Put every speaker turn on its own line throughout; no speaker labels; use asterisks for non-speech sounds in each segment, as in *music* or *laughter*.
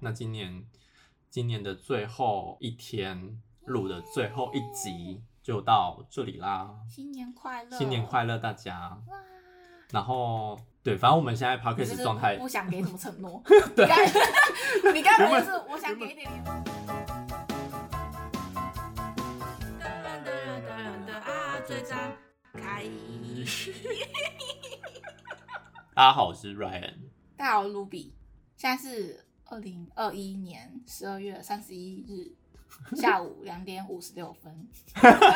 那今年今年的最后一天录的最后一集就到这里啦，
新年快乐，
新年快乐大家！
哇！
然后对，反正我们现在 p o d
你
c a
就是
s 状态
不想给什么承
*laughs*
诺，
对
你刚你刚
原
才
本
就是我想给一点点。噔噔噔噔啊，最张开！
大家好，我是 Ryan，
大家好，卢比，现在是二零二一年十二月三十一日下午两点五十六分。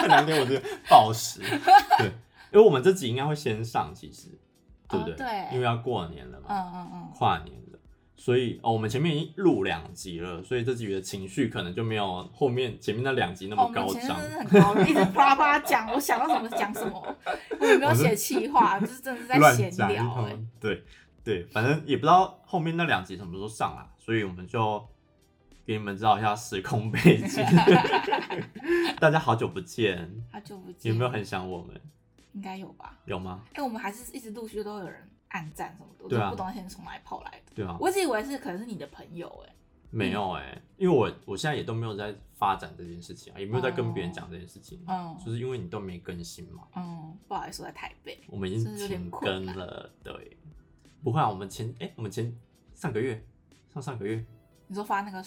两天我这个 *laughs* 暴食，对，因为我们这集应该会先上，其实对不对？
哦对
因为要过年了嘛，
嗯嗯嗯，
跨年了，所以哦，我们前面已经录两集了，所以这集的情绪可能就没有后面前面那两集那
哦，我
么
们
高
前
涨。
面真的很高，一直啪啪讲，我想到什么讲什么，我也没有写气话，就是真的是在
乱
闲
讲一
聊、
通
欸。
对对，反正也不知道后面那两集什么时候上啦，所以我们就给你们知道一下时空背
*laughs*
景。大家好久不见，
好久不见，
有没有很想我们？
应该有吧？
有吗？
哎、我们还是一直陆续都有人暗赞什么的，我
对
都
啊
不懂那些人从哪里跑来的。
对啊，
我一直以为是可能是你的朋友、哎，
没有哎、因为我我现在也都没有在发展这件事情啊，也没有在跟别人
哦
讲这件事情，
嗯
就是因为你都没更新嘛。
嗯，不好意思，我在台北。
我们已经
真的有点
停
困
更
难
了，对，不会啊，我们前哎、我们前上个月，上上个月，
你说发那个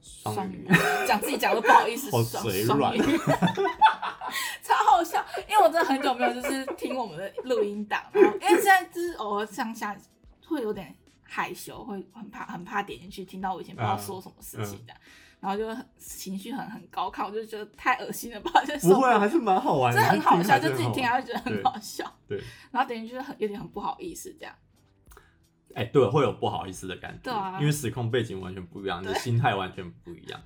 双鱼，
*laughs* 讲自己讲都不好
*laughs*
意思，
好
爽
嘴
爽
软
语 *laughs* 超好笑。因为我真的很久没有就是听我们的录音档，然后因为现在就是偶尔上下会有点害羞，会很怕很怕点进去听到我以前不知道说什么事情的，
嗯
然后就很情绪很很高亢，我就觉得太恶心了吧，就
不
受
会啊，
了
还是蛮好玩
这
的，
很好笑，就自己
还是
听啊
很好玩
还会觉得很好笑。
对，
然后等于就是很有点很不好意思这样。
哎、对，会有不好意思的感觉，
对啊
因为时空背景完全不一样，你的心态完全不一样，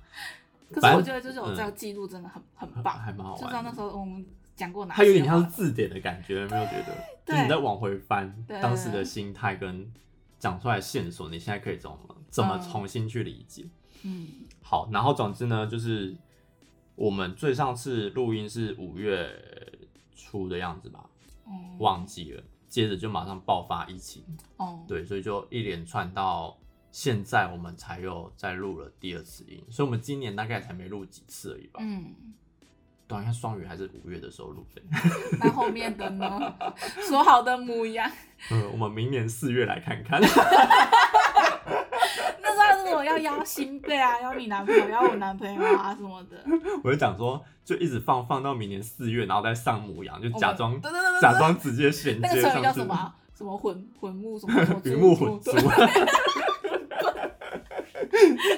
可
反正
是我觉得就是有这个记录真的很很棒，
还蛮好
就知道
玩
那
的。
时候我们讲过哪些
它
话，
有点像是字典的感觉，有没有觉得？就
对
是你在往回翻
对
当时的心态跟讲出来的线索，你现在可以怎么怎么
嗯
重新去理解？
嗯
好，然后总之呢，就是我们最上次录音是五月初的样子吧，
嗯
忘记了。接着就马上爆发疫情，
哦
对，所以就一连串到现在，我们才又再录了第二次音，所以我们今年大概才没录几次而已吧。
嗯，
对啊，你看双鱼还是五月的时候录的，
那后面的呢？ *laughs* 说好的母羊，
嗯，我们明年四月来看 *laughs* 看。
*laughs* 那时候是我要邀新贝啊，邀你男朋友，邀我男朋友啊什么的，
我就讲说，就一直放放到明年四月，然后再上母羊，就
我
*laughs*
们
假装
对对对对对
假装直接衔
那
接
个成
上
语叫
去
什么啊？什么混混木什
*laughs*
么什么
鱼目
*laughs*
混珠
对，
*laughs*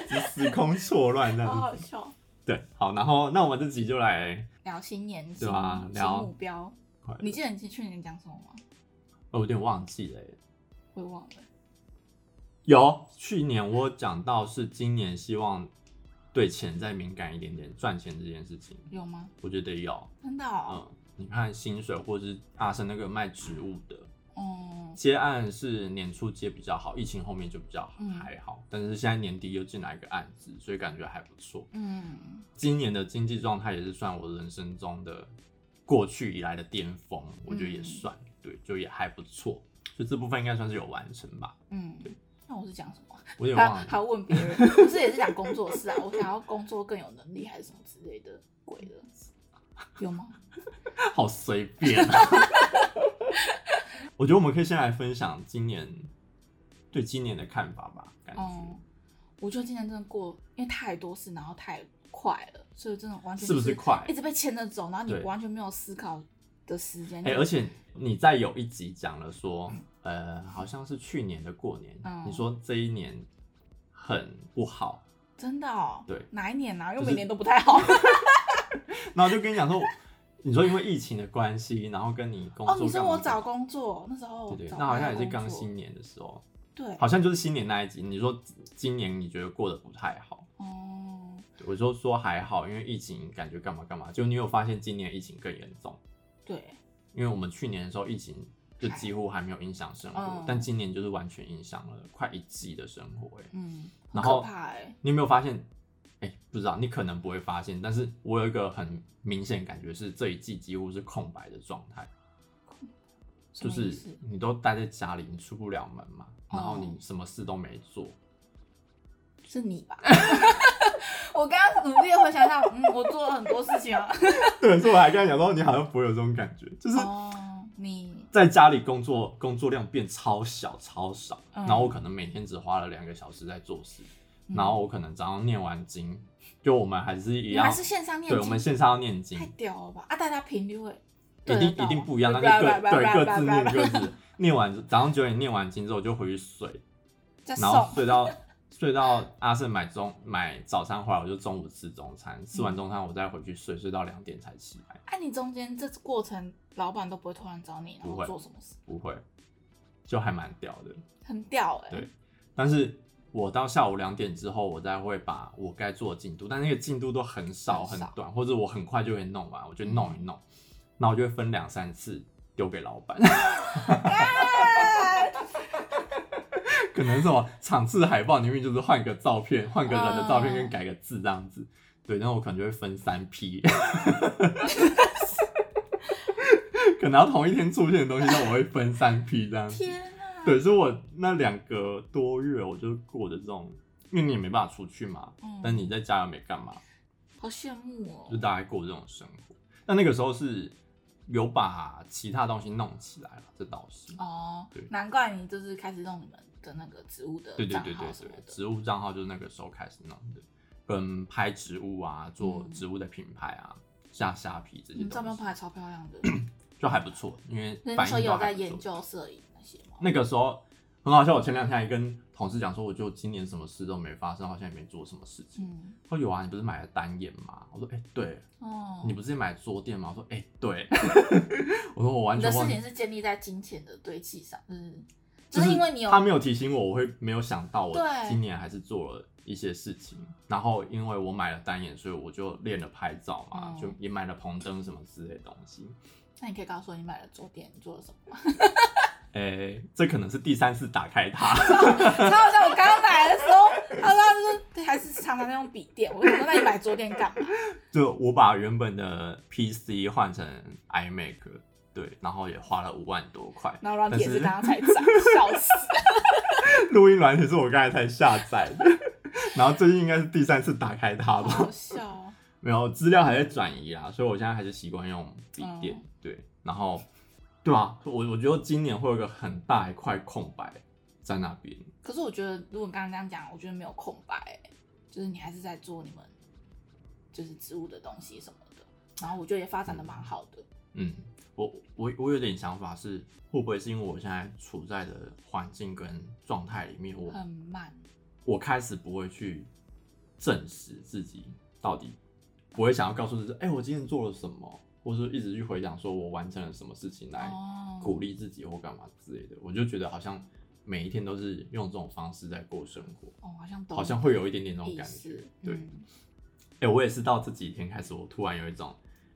就时空错乱这
好
样
好
子。
笑。
对，好，然后那我们这集就来，
聊新年新
对啊
新
聊
目标
快乐，
你记得你去年讲什么吗？
我有点忘记了欸耶。
我也忘了。
有去年我讲到是今年希望对钱再敏感一点点，赚钱这件事情，
有吗？
我觉得有。
真的、哦？
嗯，你看薪水或是阿生那个卖植物的
嗯，
接案是年初接比较好，疫情后面就比较
嗯
还好，但是现在年底又进来一个案子，所以感觉还不错。
嗯
今年的经济状态也是算我人生中的过去以来的巅峰，我觉得也算、对，就也还不错，所以这部分应该算是有完成吧。
嗯，那我是讲什么？
我有点忘
还
了，
还问别
*laughs*
人，不是也是讲工作室啊？我想要工作更有能力，还是什么之类的鬼的，
*laughs*
有吗？
好随便、啊。我觉得我们可以先来分享今年对今年的看法吧，感觉、
嗯，我觉得今年真的过，因为太多事，然后太快了，所以真的完全
是不是快
一？直被牵着走，然后你
对
完全没有思考的时间。
哎、而且你在有一集讲了说，呃，好像是去年的过年，
嗯
你说这一年很不好，
真的哦，
对
哪一年啊？因
就
为
是
每年都不太好。
然后我就跟你讲说， *laughs* 你说因为疫情的关系，然后跟你工作
哦，你说
干嘛
我
的
找工作那时候
对对，
找
那好像也是
工作
刚新年的时候，
对
好像就是新年那一集。你说今年你觉得过得不太好，
哦，
对我就说还好，因为疫情感觉干嘛干嘛。就你有发现今年疫情更严重，
对，
因为我们去年的时候疫情就几乎还没有影响生活
嗯，
但今年就是完全影响了快一季的生活、欸。
嗯，很
然后
可怕哎，
你有没有发现？哎、不知道，你可能不会发现，但是我有一个很明显的感觉是这一季几乎是空白的状态。
什
就
么意
是
思
你都待在家里，你出不了门嘛，然后
哦
你什么事都没做，
是你吧？ *laughs* 我刚刚努力地回想一下，嗯，我做了很多事情啊。
对， *laughs* 所以我还跟他讲说，你好像不会有这种感觉，就是
*laughs* 哦，你
在家里工作工作量变超小超少，
嗯
然后我可能每天只花了两个小时在做事，然后我可能早上念完经，就我们还是一
你
样
还，是线上念
对，我们
经，
线上要念经
太，屌了吧？啊，大家频率会
一
对
定
得到
一
吗
定不一样，
不
但是
要
各
不要不要
对
不
各
要
自
不要
念
不要
各自，念完早上九点念完经之后就回去睡，
在
然后
送，
睡到睡到阿胜买中买早餐回来，我就中午吃中餐，吃
嗯
完中餐我再回去睡，睡到两点才起来。
啊，你中间这过程，老板都不会突然找你，然
不
后
会
做什么事，
不会，就还蛮屌的。
很屌哎、
对但是我到下午两点之后，我再会把我该做的进度，但那个进度都很少
很
很
少
短，或者我很快就可以弄完，我就弄一弄，那我就会分两三次丢给老
*laughs*
板，
啊
可能什么场次海报里面就是换个照片，换个人的照片
嗯
跟改个字这样子。对，然后我可能就会分三批，
*laughs*
可能要同一天出现的东西，那我会分三批这样子。
天啊！
对，所以我那两个多月，我就过着这种，因为你也没办法出去嘛，
嗯
但你在家又没干嘛，
好羡慕
就
哦。
大概过这种生活。那那个时候是有把其他东西弄起来了，这倒是。
哦
对，
难怪你就是开始弄你们的那个植物的
对对
账
对对
号什么
对，
的。
植物账号就是那个时候开始弄的，跟拍植物啊，做
嗯
植物的品牌啊，下虾皮这些
你照
东
片
西
拍，的超漂亮的， *clears throat*
就还不错，因为
那你
反
说
应都
有在
还不
研
错
究摄影那些吗？
那个时候很好笑，我前两天还跟同事讲说，我就今年什么事都没发生，好像也没做什么事情。
嗯，
他说有啊，你不是买了单眼吗？我说哎、对，
哦，
你不是买桌垫吗？我说哎、
*laughs*
对，我说我完
你的
全
事
忘记
情，是建立在金钱的堆砌上，就是
就
就是因为你有
他没有提醒我，我会没有想到我
对
今年还是做了一些事情。然后因为我买了单眼，所以我就练了拍照嘛，
嗯
就也买了棚灯什么之类的东西。
那你可以告诉我你买了桌垫，你做了什么 *laughs* 吗？
哎、这可能是第三次打开它， *laughs*
超好像我刚买的时候，他说他就是对还是常常在用笔电，我就说那你买桌垫干嘛？
就我把原本的 PC 换成 iMac，对，然后也花了五万多块。
然后软体也
但
是
是
刚刚才涨，笑
*laughs*
死！
录音软体是我刚才才下载的， *laughs* 然后最近应该是第三次打开它
好
吧
好，笑哦，
没有资料还在转移啊，所以我现在还是习惯用笔电，
嗯
对，然后对啊，我我觉得今年会有一个很大一块空白在那边，
可是我觉得，如果你刚刚这样讲，我觉得没有空白、欸就是你还是在做你们就是植物的东西什么的，然后我觉得也发展的蛮好的。
嗯，我我我有点想法是，会不会是因为我现在处在的环境跟状态里面，我
很慢，
我开始不会去证实自己到底，不会想要告诉自己，哎、我今天做了什么，或者一直去回想说我完成了什么事情来
哦，
鼓励自己或干嘛之类的。我就觉得好像每一天都是用这种方式在过生活，
哦，好像懂，
好像会有一点点那种
意
感
思
觉。对，哎、
嗯
我也是到这几天开始，我突然有一种，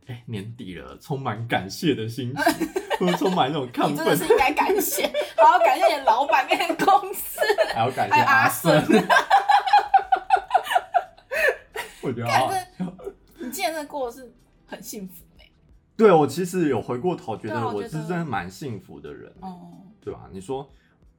哎、年底了，充满感谢的心情，或者充满那种亢
*laughs* 你真的
奋
是，应该感谢，好好感谢你的老板跟你的公司，
还要感谢
还有阿
瑟
顺。。
我觉得好
感
好
觉你今年真的过得是很幸福呢、
对我其实有回过头，觉
对啊
得
我
我
觉
是
得
真的蛮幸福的人，
哦，
对吧、你说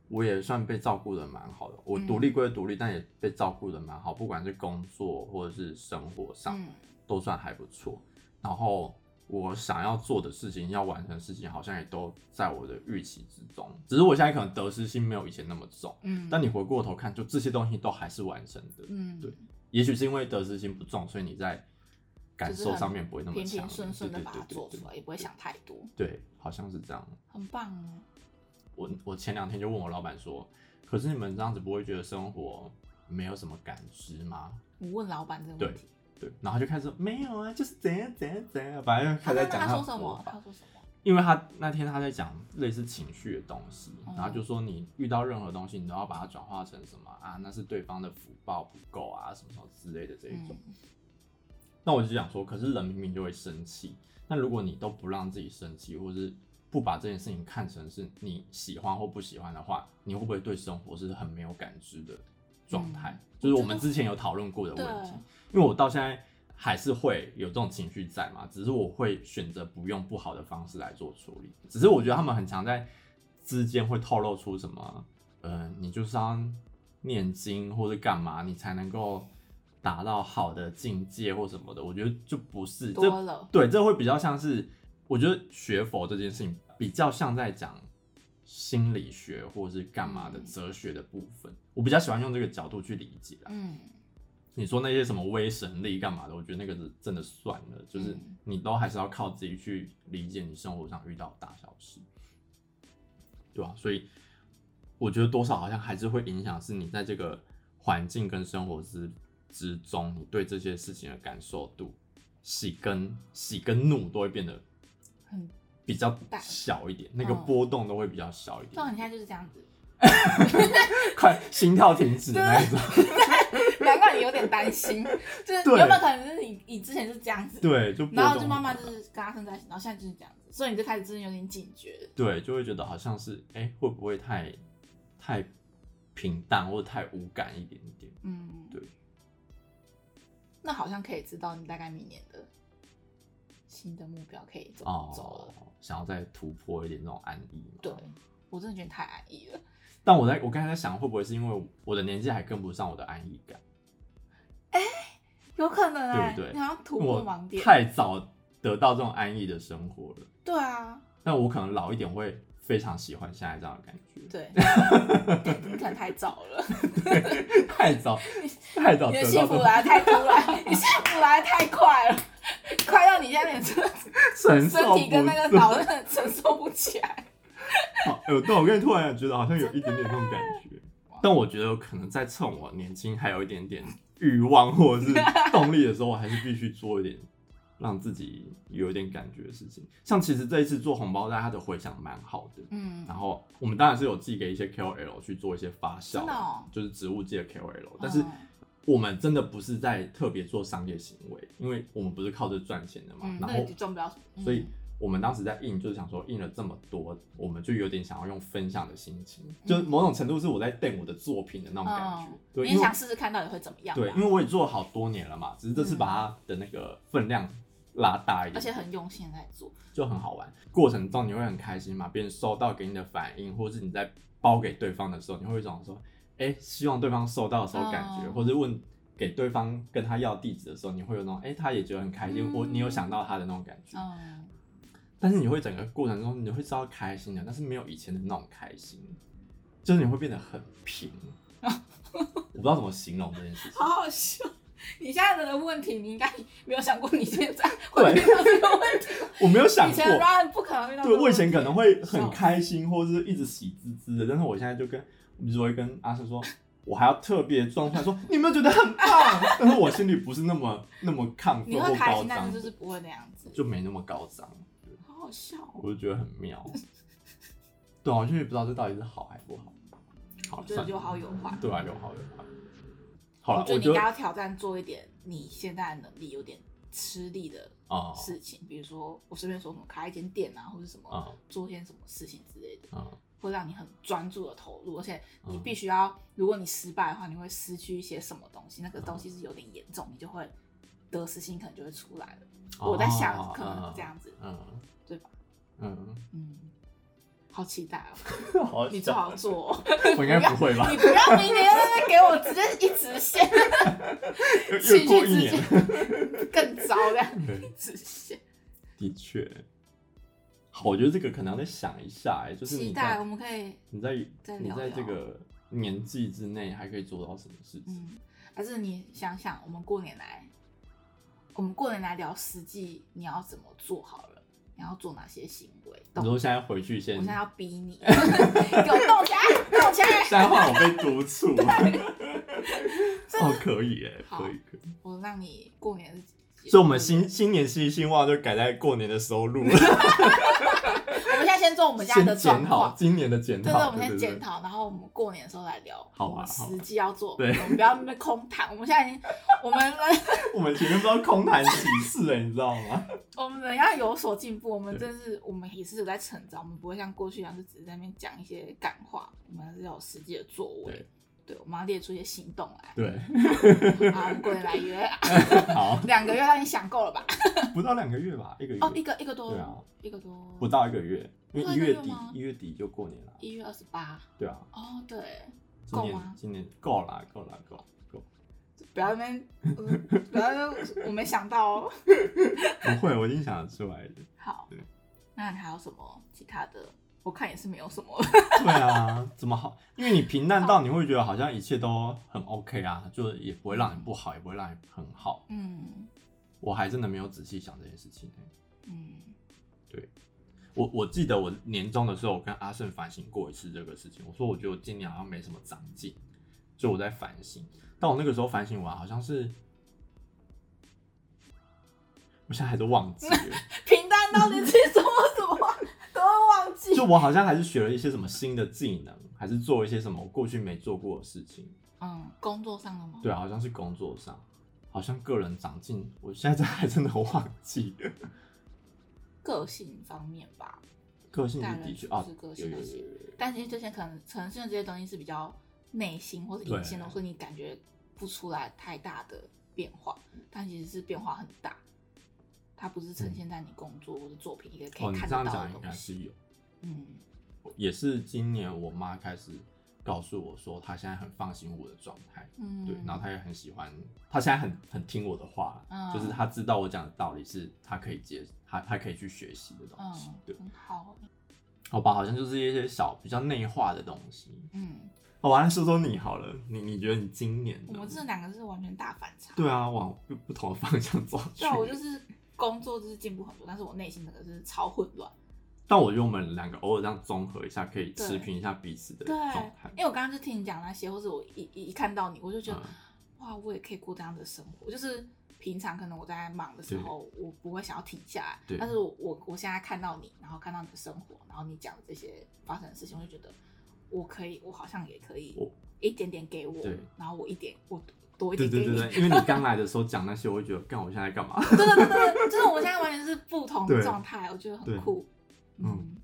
我也算被照顾的蛮好的，我
嗯
独立归独立，但也被照顾的蛮好，不管是工作或者是生活上，
嗯，
都算还不错。然后我想要做的事情、要完成的事情，好像也都在我的预期之中。只是我现在可能得失心没有以前那么重，
嗯，
但你回过头看，就这些东西都还是完成的。
嗯，
对也许是因为得失心不重，所以你在感
就是
受
很
上面不会那么
嗯平
强
平
烈，
顺顺的
对
把它做出来，也不
对对对对
会。想太多，
对，好像是这样。
很棒哦。
我我前两天就问我老板说，可是你们这样子不会觉得生活没有什么感知吗？
我问老板这个问题，
对，然后他就开始说没有啊，就是怎样怎样怎样，反正就开始在
那
讲
他说
的
什
活
么？
法
他说什么？
因为他那天他在讲类似情绪的东西，
哦
然后就说你遇到任何东西，你都要把它转化成什么啊？那是对方的福报不够啊，什么什么之类的这一种。
嗯，
那我就想说，可是人明明就会生气，那如果你都不让自己生气，或是不把这件事情看成是你喜欢或不喜欢的话，你会不会对生活是很没有感知的状态？
嗯
就是我们之前有讨论过的问题
对，
因为我到现在还是会有这种情绪在嘛，只是我会选择不用不好的方式来做处理。只是我觉得他们很常在之间会透露出什么，呃，你就是要念经或者干嘛，你才能够达到好的境界或什么的。我觉得就不是这
多了，
对，这会比较像是，我觉得学佛这件事情比较像在讲心理学或是干嘛的
嗯
哲学的部分，我比较喜欢用这个角度去理解啦。
嗯，
你说那些什么威神力干嘛的，我觉得那个是真的算了，就是
嗯
你都还是要靠自己去理解你生活上遇到的大小事，对吧、所以我觉得多少好像还是会影响，是你在这个环境跟生活之之中，你对这些事情的感受度，喜跟喜跟怒都会变得
很
比较
大
小一点，那个
嗯
波动都会比较小一点，
像你现在就是
*laughs*
这样子，
快心跳停止的那一种。
难怪你有点担心，就是
对
原本可能是你你之前是这样子，
对，就波
然后
动
就慢
很
慢
大
就是跟他生在一起，然后现在就是这样子，所以你就开始真的有点警觉了。
对，就会觉得好像是哎、诶会不会太太平淡或者太无感一点点？
嗯，
对。
那好像可以知道你大概明年的新的目标可以怎么走了。
哦，想要再突破一点那种安逸嘛。
对，我真的觉得太安逸了。 *laughs*
但我在我刚才在想，会不会是因为我的年纪还跟不上我的安逸感？
有可能哎、
对不对
你好像突破
我
盲点。
太早得到这种安逸的生活了。
对啊，
但我可能老一点会非常喜欢现在这样的感觉， *laughs*
对，你可能太早了，
太早太早
你
得哦到
的幸
这
福
种
来得太突然，你幸福来得太快了， *laughs* 快到你现在连身
*laughs* 承
身
受
体跟
不
那个
住。
脑真的承受不
*laughs*
起来。
好，哎、我对我跟你突然觉得好像有一点点那种感觉，但我觉得可能在趁我年轻还有一点点欲望或者是动力的时候，我还是必须做一点让自己有一点感觉的事情。像其实这一次做红包袋，它的回响蛮好的。
嗯
然后我们当然是有寄给一些 KOL 去做一些发酵，
真的哦
就是植物界的 KOL，但是
嗯
我们真的不是在特别做商业行为，因为我们不是靠这赚钱的嘛。
嗯，
然
那
后
你就赚不了什么。嗯
所以我们当时在印，就是想说印了这么多，我们就有点想要用分享的心情，就是某种程度是我在带我的作品的那种感觉。
嗯
对，
你
因
也
为
想啊试试看到底会怎么样吧？
对，因为我也做了好多年了嘛，只是这次把它的那个分量拉大一点，
嗯而且很用心地在做。
就很好玩。过程中你会很开心嘛，别人收到给你的反应，或是你在包给对方的时候，你会有一种说，哎、希望对方收到的时候感觉，
嗯
或者问给对方跟他要地址的时候，你会有那种，哎、他也觉得很开心，
嗯
或你有想到他的那种感觉。
嗯，
但是你会整个过程中，你会知道开心的，但是没有以前的那种开心，就是你会变得很
*laughs*
平。我不知道怎么形容这件事情。
好好笑。 *laughs* 你现在的问题，你应该没有想过你现在会遇到这个
*laughs*
问题。
我没有想
以
过
前，的 Ryan 不可能遇到这个问
对
题。
我以前可能会很开心，或者是一直喜滋滋的，但是我现在就跟，比如说会跟阿生说，我还要特别状态说，你有没有觉得很棒？但是我心里不是那么那么亢
你
奋
会
或
开
高
心，但
涨
是，就是不会那样子。
就没那么高涨，
好好笑哦、
我就觉得很妙。对啊，我就是不知道这到底是好还是不好。好，
我觉得
算了
有好有坏。
对啊，有好有坏。好了
我，觉
我
得你
觉
应
得
该
啊
要挑战做一点你现在的能力有点吃力的
啊
事情，比如说我随便说什么开一间店啊，或者什么、
啊
做一件什么事情之类的，
啊
会让你很专注的投入，而且你
嗯
必须要，如果你失败的话，你会失去一些什么东西，那个东西是有点严重，你就会得失心可能就会出来了。我在
哦
想，可能这，样子，
嗯，
对吧？
嗯，
嗯，好期待哦，
好，
你最好
*laughs*
做、哦。
我应该不会吧
*laughs* 你？不要明年在那边给我直接一
*laughs*
直线，
又
情
又
绪
过一
直
年， *laughs*
线更糟这样，一
对
直线。
的确。好，我觉得这个可能要再想一下，哎，就是
期
你
待我
在
们可以，
你在
再
你
聊
在这
聊
个年纪之内还可以做到什么事情？
嗯，还是你想想，我们过年来，我们过年来聊实际你要怎么做好了，你要做哪些行为？
你
懂？
说现在回去先
嗯我，现在要逼
*laughs*
你，给我动起来，动起来！
现在换我被督促， *laughs* 哦，可以哎，
好
可以可以。
我让你过年是，
所以，我们新新年新希望就改在过年的时候录了。
我们现在先做我们家的
先
状
检讨
况，
今年的检
对对，
讨，
我们先
对
检。讨，然后我们过年的时候来聊，
好啊
我们
好啊
实际要做，
对
我们不要那边空谈。我们现在已
*laughs*
经，我们
对我们前面不知道空谈歧视了，你知道吗？
我们人要有所进步，我们
对
真是我们也是有在成长，我们不会像过去一样就只是在那边讲一些感话，我们还是要有实际的作为
对。
对，我们要列出一些行动
对，
来。 *laughs* 好，我们过年来约，
好，
两个月让你想够了
*laughs*
吧？
不到两个月吧，一个月
哦，一个一个多
对啊，
一个多，
不到一个月，因为一
不到一个
月
月
底
吗
一月底就过年了，
一月二十八。
对啊，
哦，对，
今
够
年
吗
今年够啦，够啦，够够。
不要在那边， *laughs* 嗯不要在那边我没想到哦。
不会，我已经想得出来了。
好
对，
那你还有什么其他的？我看也是没有
*laughs*
什么。
对啊，怎么好？因为你平淡到你会觉得好像一切都很 OK 啊，就也不会让你不好，也不会让你很好。
嗯
我还真的没有仔细想这件事情欸、
嗯，
我我记得我年终的时候，我跟阿胜反省过一次这个事情。我说我觉得我今年好像没什么长进，就我在反省。但我那个时候反省完，好像是，我现在还都忘记了。
*laughs* 平淡到底去说什么都会忘记。
就我好像还是学了一些什么新的技能，还是做一些什么我过去没做过的事情。
嗯，工作上的吗？
对，啊好像是工作上，好像个人长进，我现在还真的忘记了。 *laughs*
个性方面吧。
个性
大
是
人
的确
是
啊
个，
有
性
有有
那
有
些
有有
但其实这些可能呈现的这些东西是比较内心或者隐性的，
对
所以你感觉不出来太大的变化，但其实是变化很大。它不是呈现在你工作或者作品一个可
哦，
以
你
看
这
得
样
到
讲
的
应
东
该
西。
是有。
嗯
也是今年我妈开始告诉我说，她现在很放心我的状态，
嗯，
对，然后她也很喜欢，她现在很很听我的话，
嗯
就是她知道我讲的道理是她可以接，她她可以去学习的东西，对
嗯，，很好，
好吧，好像就是一些小比较内化的东西。
嗯，
好吧，来说说你好了，你你觉得你今年
我
呢
们这两个是完全大反差。
对啊，往不不同的方向走去
对，，我就是工作就是进步很多，但是我内心整个是超混乱。
但我觉得我们两个偶尔这样综合一下，可以
对
持平一下彼此的
对
状态，。
因为我刚刚就听你讲那些，或者我一一一看到你，我就觉得、
嗯
哇，我也可以过这样的生活。就是平常可能我在忙的时候，我不会想要停下来
对，
但是我我我现在看到你，然后看到你的生活，然后你讲的这些发生的事情，我就觉得我可以，我好像也可以
我
一点点给我
对，
然后我一点我多一
对
点给
对
你，
对对，因为你刚来的时候讲那些，我会觉得，干我现在在干嘛？
对对对对，就是我现在完全是不同的
对
状态，我觉得很
对
酷。嗯，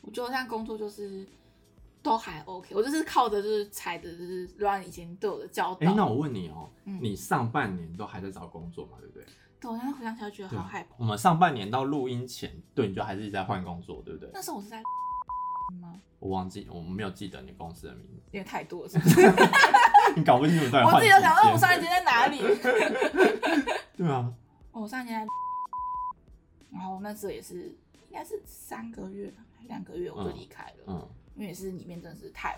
我觉得我现在工作就是都还 OK，我就是靠着就是踩着就是乱以前对我的教
哎、
导。
那我问你哦、
嗯
你上半年都还在找工作嘛，对不对？
对，我现在回想起来觉得好害怕。
我们上半年到录音前，对，你就还是一直在换工作，对不对？
那时候我是
*laughs*
在吗？
我忘记，我没有记得你公司的名字， *laughs*
有点太多了，是不是？
你搞不清楚到底
*laughs* 我
换
自
几
己都想哦问我
间
上一间在哪里。哦
对啊，
我上一间在，然后那时候也是应该是三个月吧，还是两个月我就
嗯
离开了，
嗯，
因为也是里面真的是太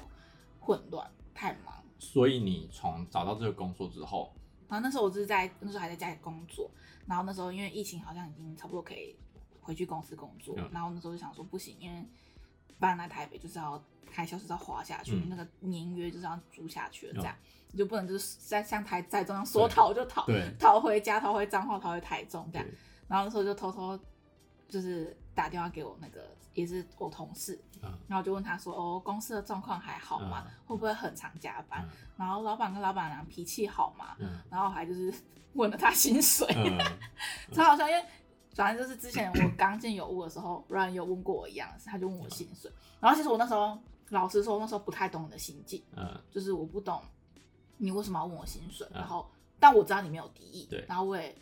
混乱、太忙。
所以你从找到这个工作之后，
然后那时候我就是在那时候还在家里工作，然后那时候因为疫情好像已经差不多可以回去公司工作，
嗯
然后那时候就想说不行，因为搬来台北就是要开销是要花下去，
嗯
那个年约就是要租下去了
嗯
这样，你就不能就是在像台在中央说逃就逃，
对
逃回家，逃回彰化，逃回台中这样
对。
然后那时候就偷偷就是打电话给我那个也是我同事，
嗯
然后就问他说哦公司的状况还好吗？
嗯
会不会很常加班？
嗯
然后老板跟老板娘脾气好吗？
嗯
然后还就是 *laughs* 问了他薪水， *laughs*
呃，
超好笑，因为反正就是之前我刚进有屋的时候，Ryan 有问过我一样的事，他就问我薪水，然后其实我那时候老实说，我那时候不太懂你的心境，
呃，
就是我不懂你为什么要问我薪水，
嗯
然后但我知道你没有敌意
对，
然后我也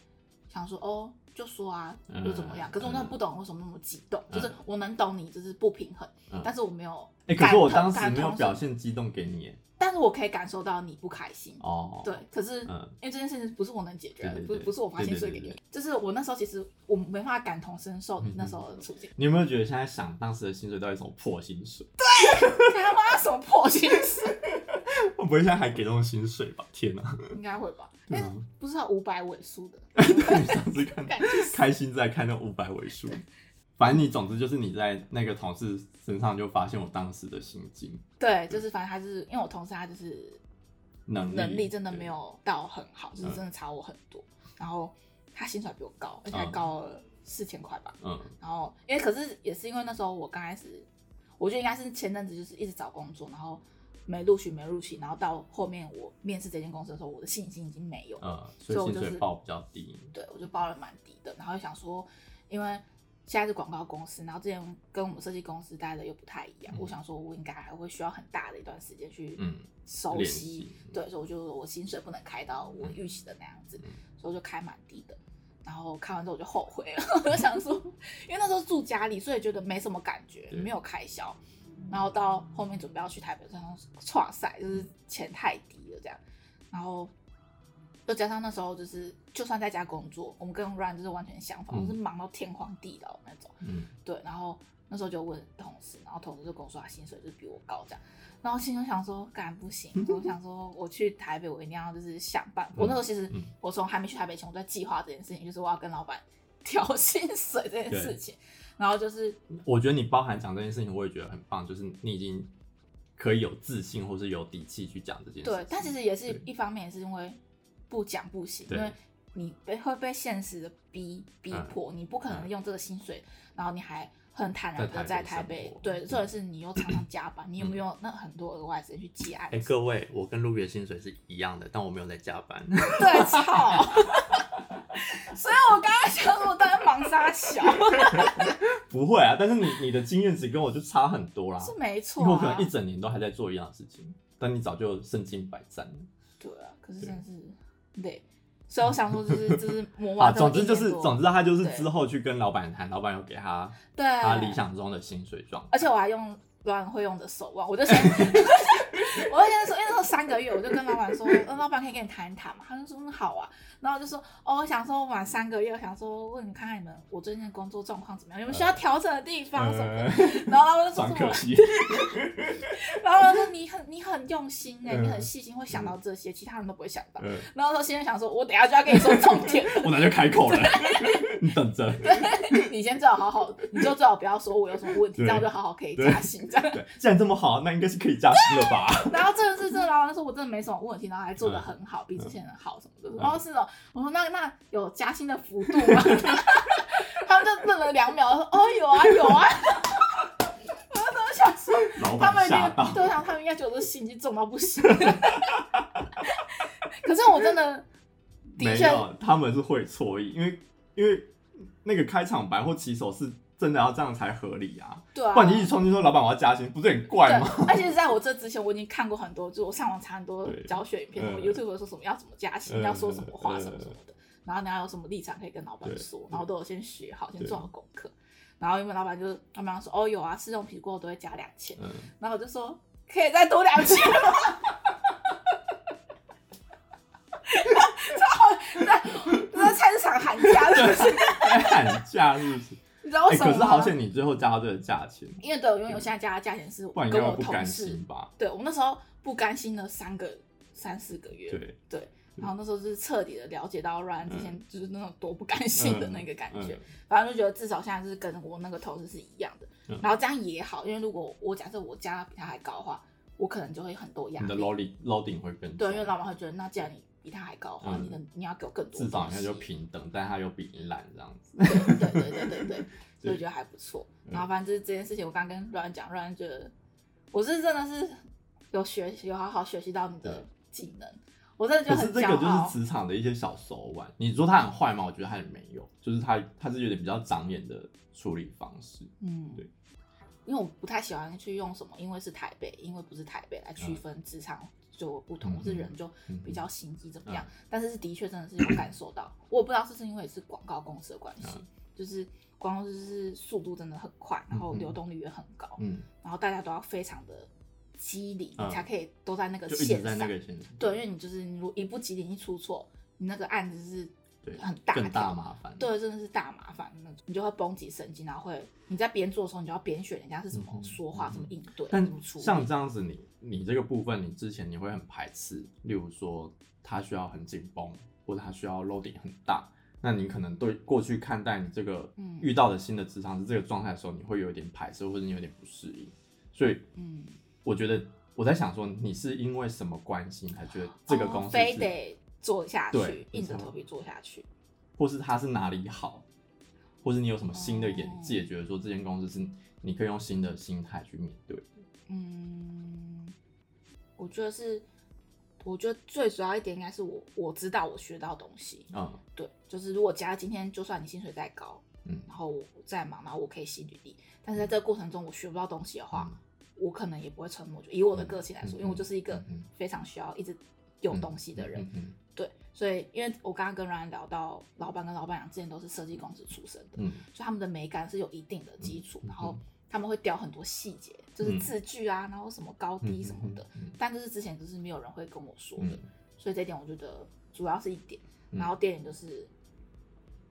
想说哦。就说啊，
嗯
又怎么样？可是我那时候不懂为什么那么激动，
嗯
就是我能懂你就是不平衡，
嗯
但是我没有
哎、可
感
是我
同，
当时
感
没有
同
表
身，
现激动给你耶，
但是我可以感受到你不开心。
哦，
对，，可是、
嗯
因为这件事情不是我能解决的，
对对
不
对
不是我发薪水给
对对
你
对，
就是我那时候其实我没办法感同身受你
嗯
那时候的处境。 *laughs*
你有没有觉得现在想当时的薪水到底什么破薪水？ *laughs*
他妈什么破薪水？
我不会现在还给这种薪水吧？天
*laughs*
哪、
应该会吧？因
对
为
啊
不是要五百尾
*laughs*
数的，
你上次看
感觉是
开心在看那五百尾数，反正你总之就是你在那个同事身上就发现我当时的心境
对，就是反正他就是因为我同事他就是
能力嗯
能力真的没有到很好，就是真的差我很多。然后他薪水比我高，而且还
嗯
高了四千块吧。
对嗯
然后因为可是也是因为那时候我刚开始，我觉得应该是前阵子就是一直找工作，然后没录取没录取，然后到后面我面试这间公司的时候，我的信心已经没有了，
嗯，
所以我
所以
就
薪
是
水报比较低，
对我就报了蛮低的，然后想说，因为现在是广告公司，然后之前跟我们设计公司待的又不太一样，
嗯
我想说我应该还会需要很大的一段时间去
嗯，
熟
练
悉，
习
对，所以我就我薪水不能开到我预期的那样子，
嗯
所以我就开蛮低的。然后开完之后 *laughs* 我就后悔了，我就想说，因为那时候住家里，所以觉得没什么感觉，
对
没有开销。然后到后面准备要去台北的时候，差赛就是钱太低了这样，然后又加上那时候就是就算在家工作，我们跟 Run 就是完全相反，
嗯
就是忙到天荒地老那种。
嗯，
对，然后那时候就问同事，然后同事就跟我说他薪水就比我高这样，然后心中想说，干不行，我想说我去台北，我一定要就是想办法。我那时候其实
嗯
我从还没去台北前，我在计划这件事情，就是我要跟老板 *laughs* 调薪水这件事情，然后就是
我觉得你包含讲这件事情，我也觉得很棒，就是你已经可以有自信或是有底气去讲这件事情。
对，但其实也是
对
一方面，也是因为不讲不行，因
对
为你被会被现实的逼逼
嗯
迫，你不可能
嗯
用这个薪水，然后你还很坦然的在
在台北
台北
生活，
对，
嗯
或者是你又常常加班，你有没有那很多额外时间去接案
哎、？各位，我跟陆野薪水是一样的，但我没有在加班。
*laughs* 对，操！所以我刚刚想说，我当然忙
*laughs*
杀小，
*laughs* 不会啊，但是你你的经验值跟我就差很多啦，
是没错
因为我可
啊
能。一整年都还在做一样的事情，但你早就身经百战了。
对啊，可是真的是累，所以我想说，就是就是魔
啊，
王这种
总
一年多，
之就是，总之他就是
对
之后去跟老板谈，老板有给他
对
他理想中的薪水状态。
而且我还用老板会用的手腕，
*laughs*
我就先，我就先说，因为那时候三个月，我就跟老板说，呃老板可以跟你谈一谈嘛，他就说嗯好啊，然后我就说，哦，我想说我满三个月，我想说问你看看你们我最近的工作状况怎么样，有没有需要调整的地方什么
呃
的，然后老板就说
*laughs* 算
什么
可，惜，
然后他说你很你很用心哎、
嗯
你很细心，会想到这些，其他人都不会想到。
呃
然后说先想说，我等一下就要跟你说重点，
我哪就开口了，你等着。
*laughs* 你先最好好好，你就最好不要说我有什么问题，
对
这样我就好好可以加薪这样。 *laughs*
对，既然这么好，那应该是可以加薪了吧？
然后这个是这个老板说我真的没什么问题，然后还
嗯
做的很好，比之前的好什么的。然后是哦，我说那那有加薪的幅度吗？ *laughs* 他们就愣了两秒，说哦有啊有啊。 *laughs* 我那时候想说，
老
他们
板
一定
吓到，
对我啊想他们应该觉得我心机重到不行。 *laughs* 可是我真的的
没
确
有，他们是会错意，因为因为那个开场白或起手是真的要这样才合理啊，
对啊
不，然你一直冲进去说老板我要加薪，不是很怪吗？
对，而且在我这之前，我已经看过很多，就是我上网查很多
对
教学影片，什么
嗯
YouTube 说什么要怎么加薪，
嗯
要说什么话，
嗯
什么什么的，然后你要有什么立场可以跟老板
对
说，
对
然后都有先学好，先
对
做好功课。然后因为老板就他们说哦有啊，试用期过后都会加两千，
嗯， *laughs*
然后我就说可以再多两千吗？ *laughs* 超那那菜市场喊价是不是？
还哎喊价是不是？
*laughs* 你知道为
哎，
什么
可是
吗？
好险你最后加到这个价钱，
因为对我因为我现在加的价钱是
不然
我
应该
跟
会
我
不
同
甘
事
心吧？
对我那时候不甘心了三个三四个月，
对，
然后那时候就是彻底的了解到 Ryan 之前就是那种多不甘心的那个感觉，
嗯
反正就觉得至少现在是跟我那个同事是一样的，
嗯
然后这样也好，因为如果我假设我加比他还高的话，我可能就会很多压
你的
力，
loading loading 会更
对，因为
重
老板会觉得那既然你比他还高的话，
嗯
你的你要给我更多东西，
至少人家就平等，但他又比你懒这样子。
对对对对对，所以我觉得还不错。
嗯
然后反正就是这件事情，我刚跟软讲，软觉得我是真的是有学习，有好好学习到你的
对
技能，我真的觉
可
得
是
很
这
骄
个就是
傲。
职场的一些小手腕。你说他很坏吗？我觉得他也没有，就是他他是有点比较长眼的处理方式。
嗯
对，
因为我不太喜欢去用什么，因为是台北，因为不是台北来区分职场就不同，
嗯
或是人就
嗯
比较心机怎么样。但是是的确真的是有感受到，我也不知道是不是因为是广告公司的关系
嗯，
就是广告公司是速度真的很快，然后
嗯嗯
流动率也很高，
嗯，
然后大家都要非常的机灵，
嗯
你才可以都在那个
就一直
线
在
上。
那个线上，
对，因为你就是你如果一不机灵一出错，你那个案子是
对，
很大
更大
条
麻烦。
对，真的是大麻烦那种，你就会绷紧神经，然后会你在边做的时候，你就要边选人家是怎么
嗯
说话、
嗯
怎么应对、
但
怎么处理。
像这样子你，你这个部分，你之前你会很排斥，例如说他需要很紧绷，或者他需要 loading 很大，那你可能对过去看待你这个
嗯
遇到的新的职场是这个状态的时候，你会有一点排斥，或者你有点不适应。所以
嗯，
我觉得我在想说，你是因为什么关系你才觉得这个公
哦
司
非
是，
得做下去
对，
硬
你
着
知道
头皮做下去。
或是他是哪里好，或是你有什么新的眼界，觉得说这间公司是你可以用新的心态去面对。
嗯，我觉得是，我觉得最主要一点应该是我我知道我学到东西。
嗯
对，就是如果假如今天就算你薪水再高，
嗯
然后我再忙，然后我可以吸履历，但是在这个过程中我学不到东西的话，我可能也不会沉默。就以我的个性来说，
嗯
因为我就是一个
嗯嗯
非常需要一直有东西的人，
嗯嗯
对，所以因为我刚刚跟 Ryan 聊到，老板跟老板娘之前都是设计公司出身的，
嗯
所以他们的美感是有一定的基础，
嗯嗯
然后他们会雕很多细节，就是字句啊，然后什么高低什么的。
嗯
但就是之前就是没有人会跟我说的，
嗯
所以这点我觉得主要是一点，
嗯
然后第二点就是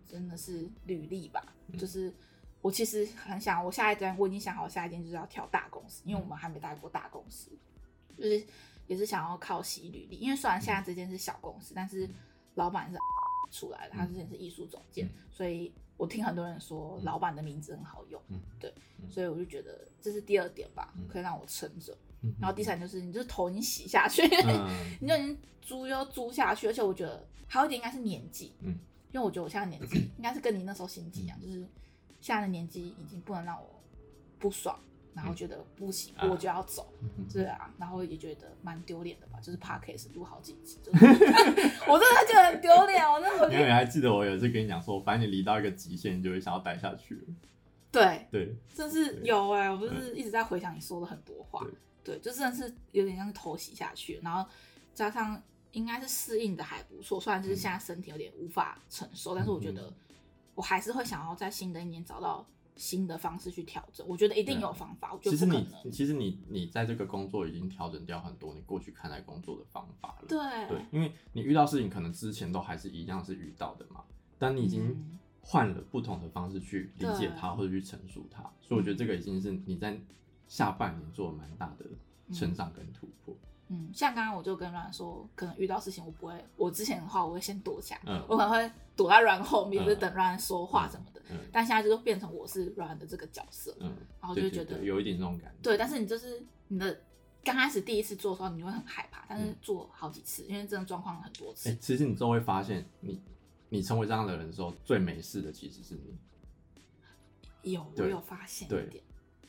真的是履历吧，
嗯
就是我其实很想，我下一站我已经想好下一间就是要跳大公司，因为
嗯
我们还没待过大公司，就是也是想要靠洗履历，因为虽然
嗯
现在这间是小公司，但是老板是出来的，他之前是艺术总监，
嗯
所以我听很多人说
嗯
老板的名字很好用，
嗯
对，
嗯
所以我就觉得这是第二点吧，
嗯
可以让我撑着。
嗯
然后第三就是，你就是头已经洗下去，
嗯
你就已经租又租下去，而且我觉得还有一点应该是年纪，
嗯，
因为我觉得我现在年
*clears throat*
纪应该是跟你那时候心境一样，就是现在的年纪已经不能让我不爽，然后觉得不行，
啊
我就要走，
嗯
对啊，然后也觉得蛮丢脸的吧，就是 podcast 录好几集，就是 *laughs* 我真的觉得很丢脸，我那时候
因为你还记得我有一次跟你讲说，反正你离到一个极限，你就会想要待下去了。
对，
对，
真是
对
有哎、我就是一直在回想你说的很多话，对，就真的是有点像是偷袭下去，然后加上应该是适应的还不错，虽然就是现在身体有点无法承受，但是我觉
嗯
得我还是会想要在新的一年找到新的方式去调整，我觉得一定有方法，我觉
啊其
得
实
不可
你
能，
其实你你在这个工作已经调整掉很多你过去看待工作的方法了。
对
对，因为你遇到事情可能之前都还是一样是遇到的嘛，但你已经
嗯
换了不同的方式去理解
对
它或者去陈述它，所以我觉得这个已经是你在下半年做了蛮大的成长跟突破。
嗯，像刚刚我就跟软说，可能遇到事情我不会，我之前的话我会先躲起来，
嗯
我可能会躲在软后面，
嗯
就是等软说话什么的，
嗯
但现在就是变成我是软的这个角色，
嗯，
然后就
对
会
对
觉得
对，有一点这种感觉。
对，但是你就是你的刚开始第一次做的时候，你会很害怕，但是做好几次，因为真的状况很多次。
嗯哎、其实你之后会发现你。你成为这样的人的时候，最没事的其实是你。
有我
对
有发现
对
一点，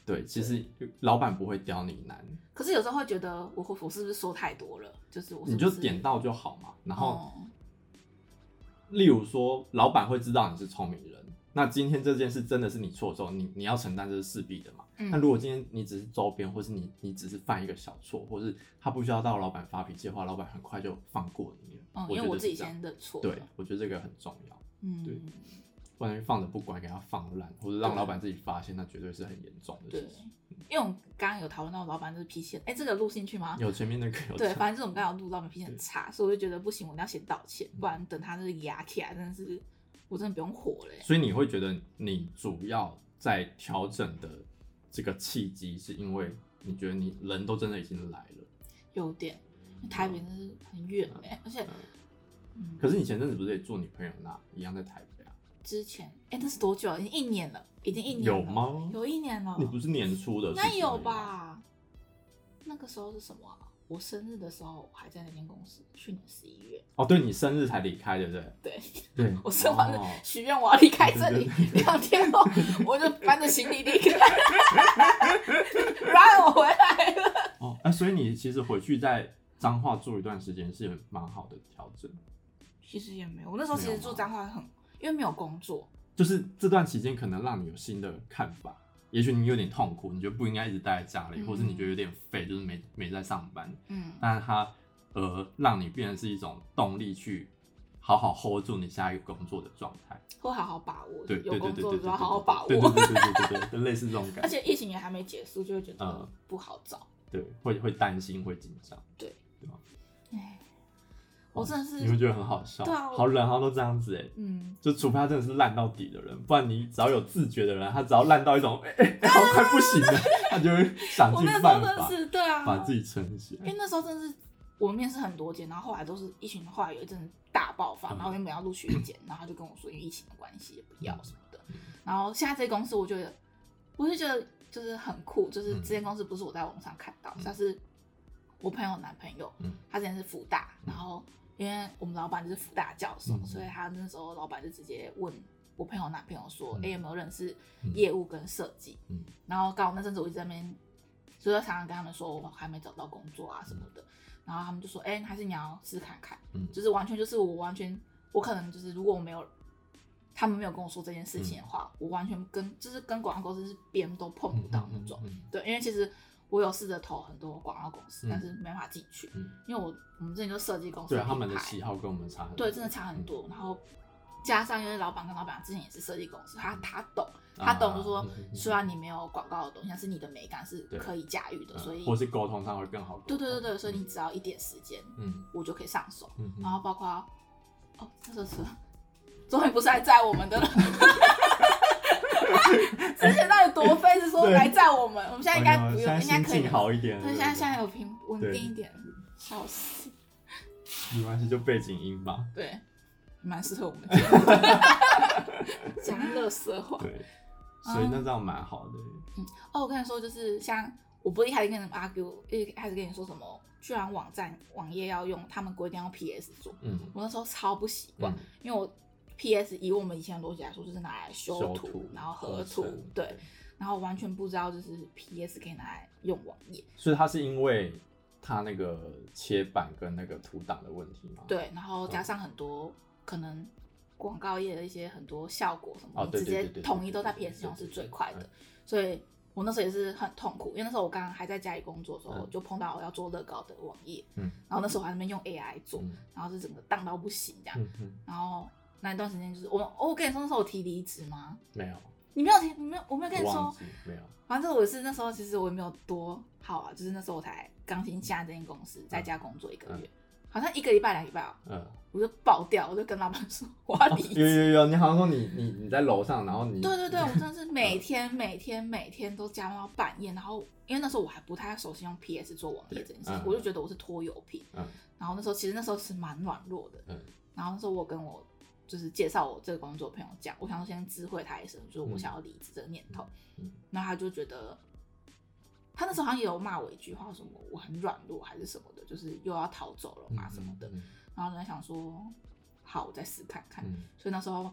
对，其实老板不会刁你难，
可是有时候会觉得我会我是不是说太多了？就是我是
你
不
就是点到就好嘛。然后
哦
例如说，老板会知道你是聪明人，那今天这件事真的是你错的时候，你你要承担这是势必的嘛。
嗯
那如果今天你只是周边，或是你你只是犯一个小错，或是他不需要到老板发脾气的话，老板很快就放过你了。
嗯，
我
因
觉
为
得
我
是
自己
这样
先认错了。
对，我觉得这个很重要，
嗯，
对不然放着不管，给他放烂，或者让老板自己发现，那绝对是很严重的
对
事情。，
因为我们刚刚有讨论到老板就是脾气很，哎，这个录进去吗？
有前面那个有
对，
讲
反正就是我们刚刚有录到，我们脾气很差，所以我就觉得不行，我一定要先道歉，不然等他就是压起来，真的是我真的不用火了耶。
所以你会觉得你主要在调整的这个契机，是因为你觉得你人都真的已经来了。
有点，台北真是很远哎、而
嗯
且，嗯，
可是你前阵子不是也住你朋友那，一样在台北啊？
之前哎、那是多久了？已经一年了，已经一年了
有？吗？
有一年了，
你不是年初的
应
事情而
该
已
有？吧？那个时候是什么啊？我生日的时候我还在那间公司，去年十一月，
哦，对你生日才离开，对不对？
对
对，
*laughs* 我生完
哦
了许愿我要离开这里
对对，对
两天后我就搬着行李离开，然后我回来了。
哦，哎、所以你其实回去在彰化住一段时间是蛮好的调整，
其实也没有，我那时候其实住彰化很，因为没有工作，
就是这段期间可能让你有新的看法。也许你有点痛苦，你就不应该一直待在家里，
嗯
或是你觉得有点废，就是没没在上班。
嗯，
但是它呃让你变成是一种动力，去好好 hold 住你下一个工作的状态。
会好好把握，
对
有
对对
工
对
作
对
的时
对，
候好好把
对
握
对。对对对对对，类似这种
*laughs*
感
而
觉，
且疫情也还没结束，就会觉得
嗯
不好找。
对，会会担心，会紧张，
对
对吧，
哎，我真的
你会
是，
觉得很好笑，
对啊我
好人好像都这样子哎。
嗯，
就除非他真的是烂到底的人，不然你只要有自觉的人，他只要烂到一种哎哎、哎好快不行了，他就会想
我
尽
那时候
办
真的
法
是对啊，
把自己撑起
因为
来。
那时候真的是我面试很多间，然后后来都是一群，后来有一阵大爆发，
嗯
然后原本要录取一间，然后他就跟我说因为疫情的关系也不要
嗯
什么的。然后现在这公司，我觉得我就觉得就是很酷，就是
嗯
这间公司不是我在网上看到，它是我朋友的男朋友
嗯，
他之前是福大，然后因为我们老板就是福大教授，
嗯
所以他那时候老板就直接问。我朋友男朋友说：“哎、
嗯
有没有认识
嗯
业务跟设计？”
嗯
然后刚好那阵子我一直在那边，所以我常常跟他们说我还没找到工作啊什么的，然后他们就说，哎、还是你要试看看，
嗯
就是完全就是我完全我可能就是如果我没有他们没有跟我说这件事情的话，
嗯
我完全跟就是跟广告公司是边都碰不到那种，
嗯
对，因为其实。我有试着投很多广告公司，
嗯
但是没办法进去，
嗯
因为我我们之前就设计公司
对
品牌，
他们的喜好跟我们差很多，
对，真的差很多。然后加上因为老板跟老板之前也是设计公司，他他懂，他懂就说
嗯啊嗯嗯嗯
虽然你没有广告的东西，但是你的美感是
对啊
可以驾驭的，所以
或是嗯沟通上会更好。
对对对，对，所以你只要一点时间，
嗯
我就可以上手。
嗯
然后
嗯，
包括哦，这首词终于不是来载我们的了。 *laughs* 之前到底多飞是说
对
来载我们，我们现在应该
哎呦
不
现
用，
在
应
心
该可以
情
了。
好一点了。
对，现在现在有平稳
对
定一点，笑死。
没关系，就背景音吧。
对，蛮适合我们节目的 *laughs* 讲乐色话。
对，所以那这样蛮好的。
哦，我跟你说，就是像我不是一开始跟你们 argue，一开始跟你说什么，居然网站网页要用他们规定要 PS 做，
嗯，
我那时候超不习惯，
嗯
因为我 PS 以我们以前的逻辑来说，就是拿来修
修
图，然后合图
成，
对，，然后完全不知道就是 PS 可以拿来用网页，
所以它是因为它那个切板跟那个图档的问题嘛？，
对，然后加上很多、可能广告业的一些很多效果什么，
哦
你
对
直
对
接
对对对
统一都在
对对
PS 上是
对对
最
对
快的
嗯，
所以我那时候也是很痛苦，因为那时候我刚刚还在家里工作的时候，
嗯
我就碰到我要做乐高的网页，
嗯
然后那时候我还在那边用 AI 做，
嗯
然后是整个荡到不行这样，
嗯嗯，
然后那一段时间就是我、哦我跟你说那时候我提离职吗？
没有，
你没有听，你没有，我没有跟你
我
说
忘。记没有。
反正我是那时候，其实我也没有多好啊，就是那时候我才刚新加这间公司，在家工作一个月，好像一个礼拜、两个礼拜哦，
嗯，
我就爆掉，我就跟老板说我要
*laughs*
离
啊有
职。
有有，你好像说你你你在楼上，然后你
对对对，我真的是每天、每天、每天都加班到半夜，然后因为那时候我还不太熟悉用 PS 做网页这件事情，
嗯
我就觉得我是拖油瓶。
嗯
然后那时候其实那时候是蛮软弱的，
嗯
然后那时候我跟我就是介绍我这个工作的朋友讲，我想说先知会他一声，就是我想要离职这个念头。
嗯
然后他就觉得，他那时候好像也有骂我一句话，什么我很软弱还是什么的，就是又要逃走了嘛啊什么的。哎
嗯
然后我就在想说，好，我再试看看。
嗯
所以那时候，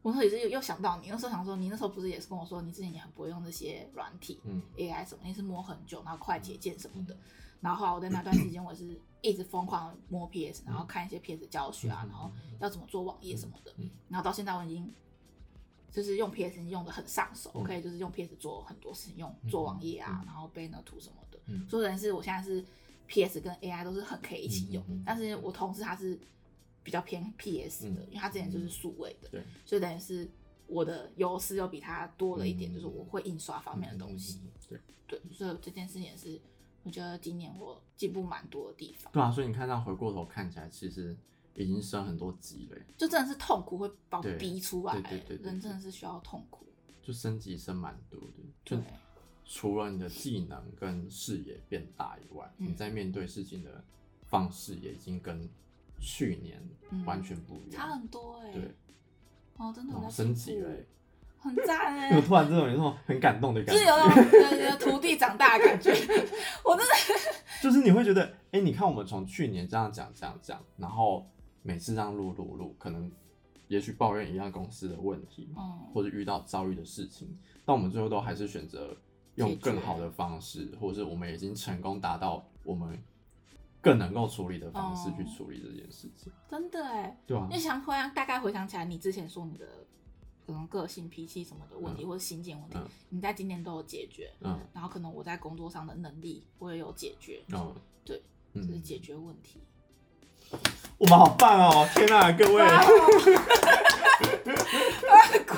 我那时候也是又又想到你，那时候想说，你那时候不是也是跟我说，你之前也很不会用这些软体
嗯
AI 什么，你是摸很久，然后快捷键什么的。然后后来我在那段时间，我也是一直疯狂地摸 PS，然后看一些 PS 教学啊，
嗯
然后要怎么做网页什么的。
嗯
然后到现在我已经就是用 PS 已经用的很上手，
嗯
我可以就是用 PS 做很多事情，用做网页啊，
嗯
然后 banner 图什么的。
嗯
所以等于是我现在是 PS 跟 AI 都是很可以一起用，
嗯嗯嗯
但是我同事他是比较偏 PS 的，
嗯
因为他之前就是数位的，
对，
所以等于是我的优势又比他多了一点，
嗯嗯嗯
就是我会印刷方面的东西。
嗯，嗯嗯对。
对，所以这件事情也是我觉得今年我进步蛮多的地方，
对啊，所以你看，这样回过头看起来，其实已经升很多级了耶，
就真的是痛苦会把我
对
逼出来，
对对对对对
人真的是需要痛苦。
就升级升蛮多的。
对
就，除了你的技能跟视野变大以外，
嗯
你在面对事情的方式也已经跟去年
嗯
完全不一
差
样。
很多哎、
对，
哦，真的我
哦
在
升级
进步
了耶，
很
*laughs*
赞哎、
因为我突然这种有那种很感动的
就
感
是有
觉，
那种
*laughs*
对对对徒弟长大的感觉，我真的
就是你会觉得，哎、你看我们从去年这样讲这样讲，然后每次这样录录录，可能也许抱怨一样公司的问题，
嗯
或者遇到遭遇的事情，但我们最后都还是选择用更好的方式，或者是我们已经成功达到我们更能够处理的方式
哦
去处理这件事情，
真的哎、
对啊
因为，想回想，大概回想起来，你之前说你的可能个性、脾气什么的问题，或者心境问题，
嗯
你在今年都有解决。
嗯
然后可能我在工作上的能力，我也有解决，
嗯，
对，就
嗯
是解决问题。
我们好棒哦！天哪、各位，
哇哭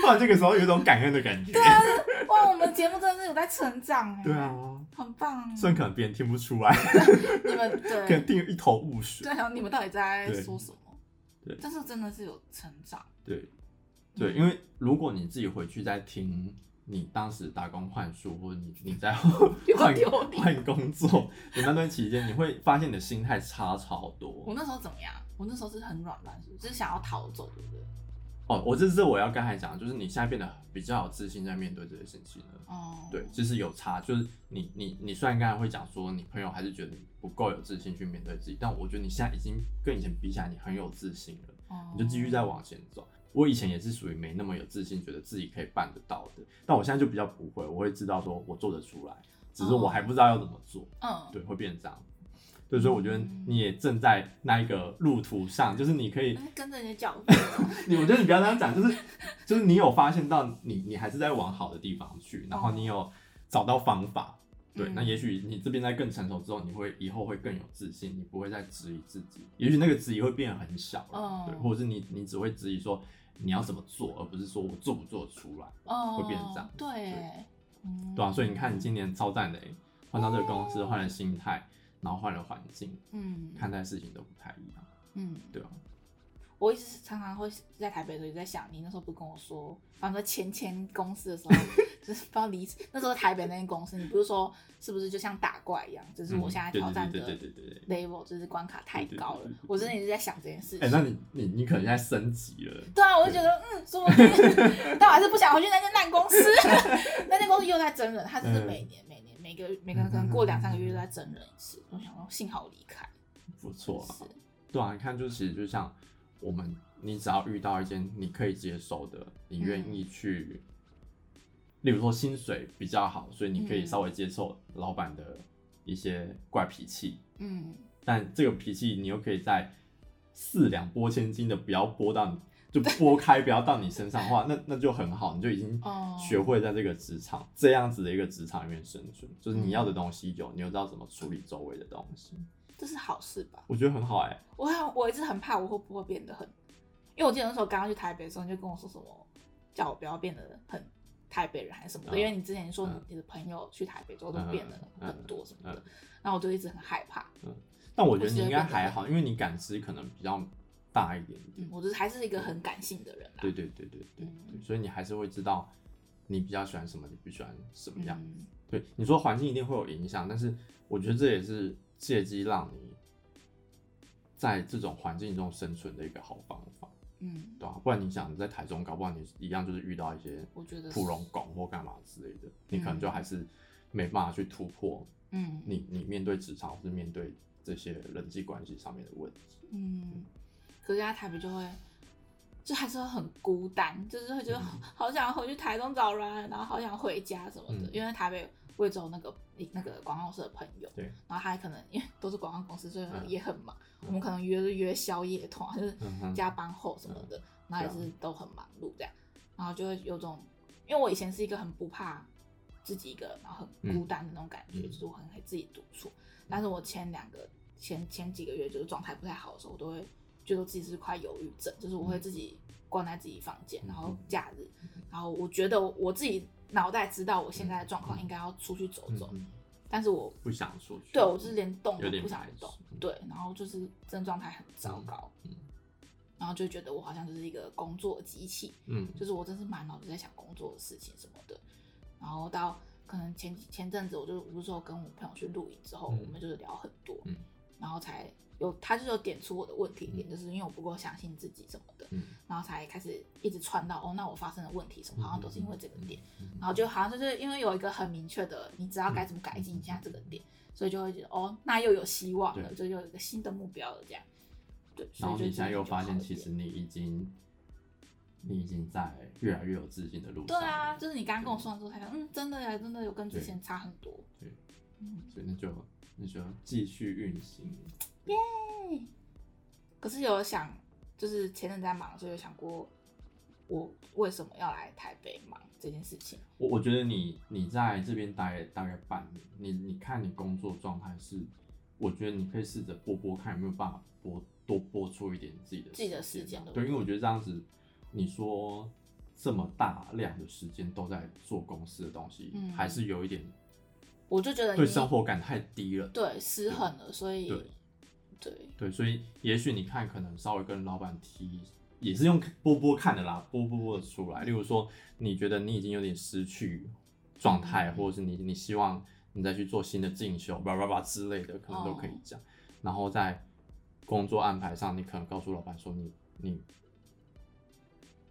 突然这个时候有一种感恩的感觉，
啊哇！我们节目真的是有在成长哎、
对，啊，
很
*laughs*
棒。
虽然可能别人听不出来，
你们
可能
对
听一头雾水，
对，然后你们到底在
对
说什么
对？
但是真的是有成长，
对对，因为如果你自己回去再听你当时打工换宿，或者你你
*laughs*
在
有
换
丢脸
换工作的那段期间，你会发现你的心态差超
我
多。
那时候怎么样？我那时候是很软软，是不是就是想要逃走，对不对？
哦，我这是我要刚才讲的，就是你现在变得比较有自信在面对这些事情了。
哦，
对，就是有差，就是你你你虽然刚才会讲说你朋友还是觉得你不够有自信去面对自己，但我觉得你现在已经跟以前比起来，你很有自信了。
哦，
你就继续再往前走。我以前也是属于没那么有自信，觉得自己可以办得到的，但我现在就比较不会，我会知道说我做得出来，只是我还不知道要怎么做，
嗯，
对，会变成这样。对，所以我觉得你也正在那一个路途上，就是你可以，
哎跟着你的脚步。
你我觉得你不要这样讲，就是就是你有发现到你你还是在往好的地方去，然后你有找到方法，对，
嗯
那也许你这边在更成熟之后，你会以后会更有自信，你不会再质疑自己，也许那个质疑会变得很小了，
哦
对，或者是你你只会质疑说你要怎么做，而不是说我做不做得出来，*laughs*
哦，
会变成这样
对耶，嗯
对啊，所以你看你今年超赞的、欸，换到这个公司，换了心态，然后换了环境，
嗯
看待事情都不太一样，
嗯，
对啊，
我一直常常会在台北的时候就在想，你那时候不是跟我说，啊反正前前公司的时候，就是不知道离职，那时候台北那间公司，你不是说是不是就像打怪一样，就是我现在
嗯对
挑战
对
的
对对对对对。
level 就是关卡太高
对对
了
对对对，
我真的一直在想这件事
哎、
情。
那你你你可能现在升级了，
对啊，我就觉得嗯，说不定， *laughs* 但我还是不想回去那间烂公司。那间公司又在整人，他
嗯
就是每年、每年每个每个可能过两三个月就在整人一次。我想说，幸好我离开。
不错啊
是，，
对啊，你看，就其实就像我们，你只要遇到一件你可以接受的，你
嗯
愿意去，例如说薪水比较好，所以你可以
嗯
稍微接受老板的一些怪脾气，
嗯，
但这个脾气你又可以在四两拨千斤的不要拨到你，就
*laughs*
拨开不要到你身上的话，那那就很好，你就已经
哦
学会在这个职场这样子的一个职场里面生存，就是你
嗯
要的东西有，你又知道怎么处理周围的东西，
这是好事吧？
我觉得很好哎、
我很我一直很怕我会不会变得很，因为我记得那时候刚刚去台北的时候，你就跟我说什么，叫我不要变得很台北人还是什么的，
嗯
因为你之前说你
嗯
你的朋友去台北之后都变得
嗯
很多什么的
嗯，
然后我就一直很害怕，
但我觉得你应该还好，因为你感知可能比较大一点点
嗯。我就是还是一个很感性的人啊啦。
对对对对对对，
嗯
所以你还是会知道你比较喜欢什么，你不喜欢什么样。
嗯
对，你说环境一定会有影响，但是我觉得这也是借机让你在这种环境中生存的一个好方法，
嗯，
对吧、不然你想你在台中，搞不好你一样就是遇到一些
我觉得
普
是
龙拱或干嘛之类的，你可能就
嗯
还是没办法去突破
嗯
你你面对职场或是面对这些人际关系上面的问题。
嗯，可是在台北就会，就还是会很孤单，就是会觉得
嗯
*laughs* 好想回去台中找人，啊然后好想回家什么的。
嗯
因为台北我也只有那个那个广告公司的朋友，
对，
然后他可能因为都是广告公司，所以
嗯
也很忙。
嗯
我们可能约就约宵夜通，就是
嗯哼
加班后什么的，然后也
对啊
是都很忙碌这样，然后就会有种，因为我以前是一个很不怕自己一个人，然后很孤单的那种感觉，
嗯
就是我很可以自己独处。但是我前两个前前几个月就是状态不太好的时候，我都会觉得我自己是快忧郁症，就是我会自己关在自己房间，
嗯
然后假日，然后我觉得我我自己脑袋知道我现在的状况应该要出去走走，
嗯嗯嗯
但是我
不想出去。
对我就是连动
有
都
点
不想
排斥
动
嗯，
对，然后就是真的状态很糟糕，
嗯嗯
然后就觉得我好像就是一个工作机器，
嗯，
就是我真是满脑子在想工作的事情什么的，然后到可能前几前阵子我就我不是有跟我朋友去露营之后，
嗯
我们就是聊很多，
嗯
然后才有他就有点出我的问题点，
嗯
就是因为我不够相信自己什么的，
嗯，
然后才开始一直串到哦，那我发生的问题什么好像都是因为这个点。
嗯，
然后就好像就是因为有一个很明确的，你知道该怎么
嗯
改进一下这个点，所以就会觉得哦，那又有希望了，
对
就又有一个新的目标了这样。对，所
然
以
后
就
你现在又发现，
自己
其
就好
实你已经，你已经在越来越有自信的路
一
上
点
了。
对啊，就是你刚刚跟我说完之后才想，嗯，真的呀，真的有跟之前差很多。
对
嗯，
所以那就那就继续运行。
可是有想，就是前阵在忙的时候有想过，我为什么要来台北忙这件事情？
我我觉得你你在这边待大概半年，你你看你工作状态是，我觉得你可以试着播播看有没有办法播多播出一点自己的
自己的
时啊
时间对不
对，因为我觉得这样子，你说这么大量的时间都在做公司的东西，
嗯
还是有一点
我就觉得
对
你
生活感太低了。
对失衡了，所以
对
对
对，所以也许你看，可能稍微跟老板提，也是用波波看的啦，波波波的出来。例如说，你觉得你已经有点失去状态，
嗯
或者是你你希望你再去做新的进修，叭叭叭之类的，可能都可以
哦
讲。然后在工作安排上，你可能告诉老板说你你。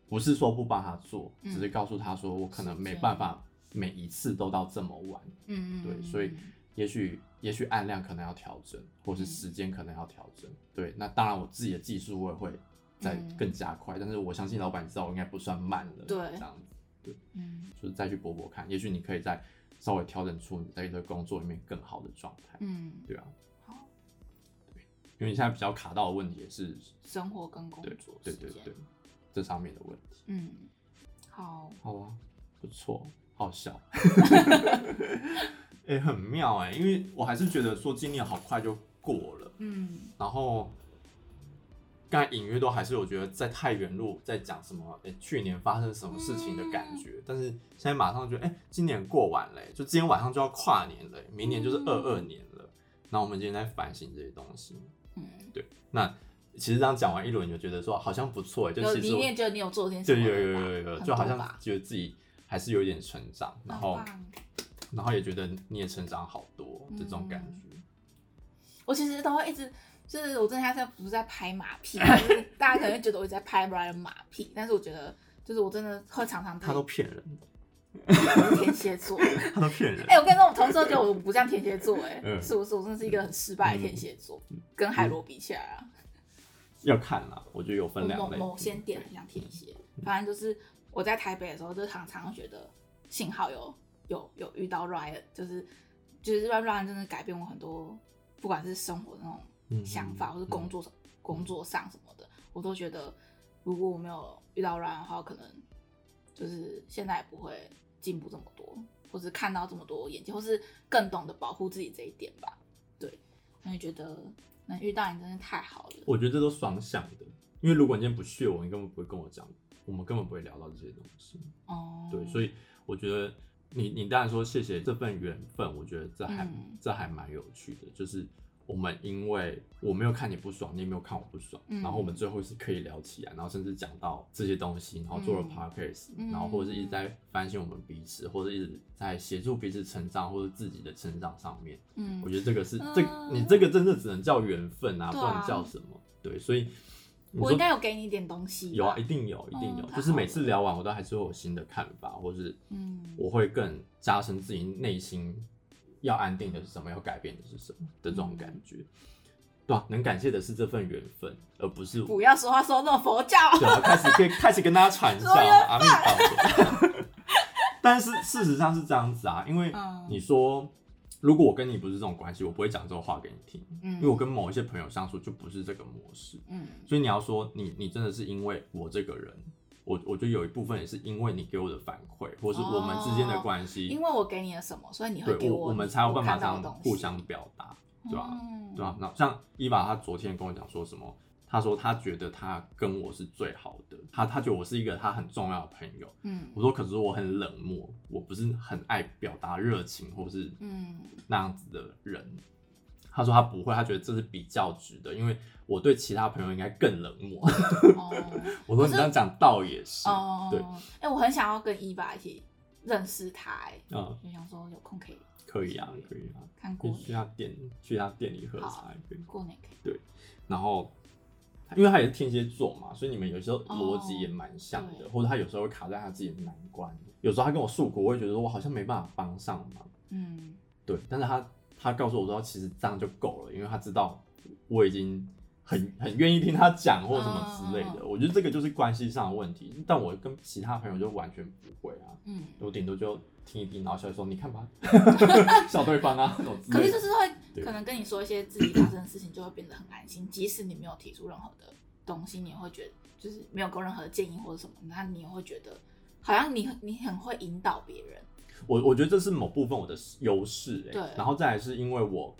不是说不帮他做，
嗯
只是告诉他说我可能
时
没
间
办法每一次都到这么晚，
嗯嗯
对，
嗯
所以
嗯
也许也许按量可能要调整，或是
嗯
时间可能要调整。对，那当然我自己的技术我也会再
嗯
更加快，但是我相信老板知道我应该不算慢了，
对
这样子
嗯
就是再去搏搏看，也许你可以再稍微调整出你在这个工作里面更好的状态，
嗯
对啊，
好，
因为你现在比较卡到的问题也是
生活跟工
对
作
对
时
对
间。
对这上面的问题。
嗯，好， *laughs*
*laughs* 好啊，不错，好笑。哎、很妙哎、因为我还是觉得说今年好快就过了，
嗯，
然后刚才隐约都还是有觉得在太原路在讲什么，哎、去年发生什么事情的感
嗯
觉，但是现在马上觉得，哎、今年过完了、哎就今天晚上就要跨年了、哎明年就是
嗯
二二年了，那、我们今天在反省这些东西，
嗯
对，那其实这样讲完一轮，你就觉得说好像不错、哎就
有
其
里
实我
面就你有做点什
对
么
有有
了吧，
有有有，
很
就好
多
像
吧
觉得自己还是有一点成长，然后
很棒
然后也觉得你也成长好多这种感
嗯
觉。
我其实都会一直，就是我真的现在不是在拍马屁， *laughs* 就是大家可能会觉得我一直在拍 Brian 马屁，但是我觉得就是我真的会常常
他都骗人，
我是天蝎座。 *laughs*
他都骗人
哎、。我跟你说，我同事都觉得我不像天蝎座、哎、
嗯
是不是？我真的是一个很失败的天蝎座，跟海螺比起来啊，
要看啦，我觉得有
我
分两
某
类。
某些点很像天蝎。反正就是我在台北的时候，就常常觉得幸好有有有遇到 Ryan，就是就是 Ryan Ryan 真的改变我很多，不管是生活那种
嗯
想法，或是工作、工作上什么的，我都觉得如果我没有遇到 Ryan 的话，可能就是现在也不会进步这么多，或是看到这么多眼界，或是更懂得保护自己这一点吧。对，那就觉得能遇到你真的太好了。
我觉得这都双向的，因为如果你今天不屑我，你根本不会跟我讲，我们根本不会聊到这些东西。
哦、
对，所以我觉得你你当然说谢谢这份缘分，我觉得这还、
嗯
这还蛮有趣的，就是我们因为我没有看你不爽，你也没有看我不爽，
嗯
然后我们最后是可以聊起来，然后甚至讲到这些东西，然后做了
嗯
podcast，、
嗯
然后或者是一直在反省我们彼此，或者一直在协助彼此成长或者自己的成长上面，
嗯
我，觉得这个是、
嗯
这你这个真的只能叫缘分啊，
对
不
啊
能叫什么。对，所以你
我
说
应该有给你一点东西吧。
有啊，一定有，一定
嗯
有，
太
就是
好
每
了
次聊完，我都还是会有新的看法，或是
嗯，
我会更加深自己内心要安定的是什么，要改变的是什么的这
嗯
种感觉。对、啊，能感谢的是这份缘分，而不是
不要说话说那么佛教。
对啊，开始可以开始跟大家
*laughs*
传教
说缘
阿弥陀佛。但是事实上是这样子啊，因为
嗯
你说，如果我跟你不是这种关系，我不会讲这种话给你听，因为我
嗯
跟某一些朋友相处就不是这个模式。
嗯
所以你要说你你真的是因为我这个人，我我觉得有一部分也是因为你给我的反馈，或是我们之间的关系，
哦因为我给你了什么，所以你会
对
给
我
我
们才有办法
看
这
到
样
的东西
互相表达，对吧、
嗯
对啊，那像伊娃，她昨天跟我讲说什么？她说她觉得她跟我是最好的，她她觉得我是一个她很重要的朋友。
嗯
我说可是我很冷漠，我不是很爱表达热情或是 *laughs*
嗯
那样子的人。她说她不会，她觉得这是比较值的，因为我对其他朋友应该更冷漠。
哦。
我说你这样讲倒也是，
哦，
对，
哎、我很想要跟伊爸一起认识他、哎，
嗯，
就想说有空可以
可以啊，可以啊，
看过
你去
年，
他店去他店里喝
好
茶也可以。
过年可以，
然后，因为他也是天蝎座嘛，所以你们有时候逻辑
哦
也蛮像的，
对
或者他有时候会卡在他自己的难关，有时候他跟我诉苦，我会觉得说我好像没办法帮上忙，
嗯
对，但是他他告诉我说其实这样就够了，因为他知道我已经。很很愿意听他讲或什么之类
嗯嗯
的，我觉得这个就是关系上的问题。但我跟其他朋友就完全不会啊，
嗯。
我顶多就听一听，然后笑一说你看吧， *laughs* 笑对方啊，那种之
可
类
是
的。
就是会
对
可能跟你说一些自己发生的事情，就会变得很安心。即使你没有提出任何的东西，你也会觉得就是没有给我任何的建议或者什么，那你也会觉得好像你你很会引导别人。
我我觉得这是某部分我的优势、欸，
对
然后再来是因为我，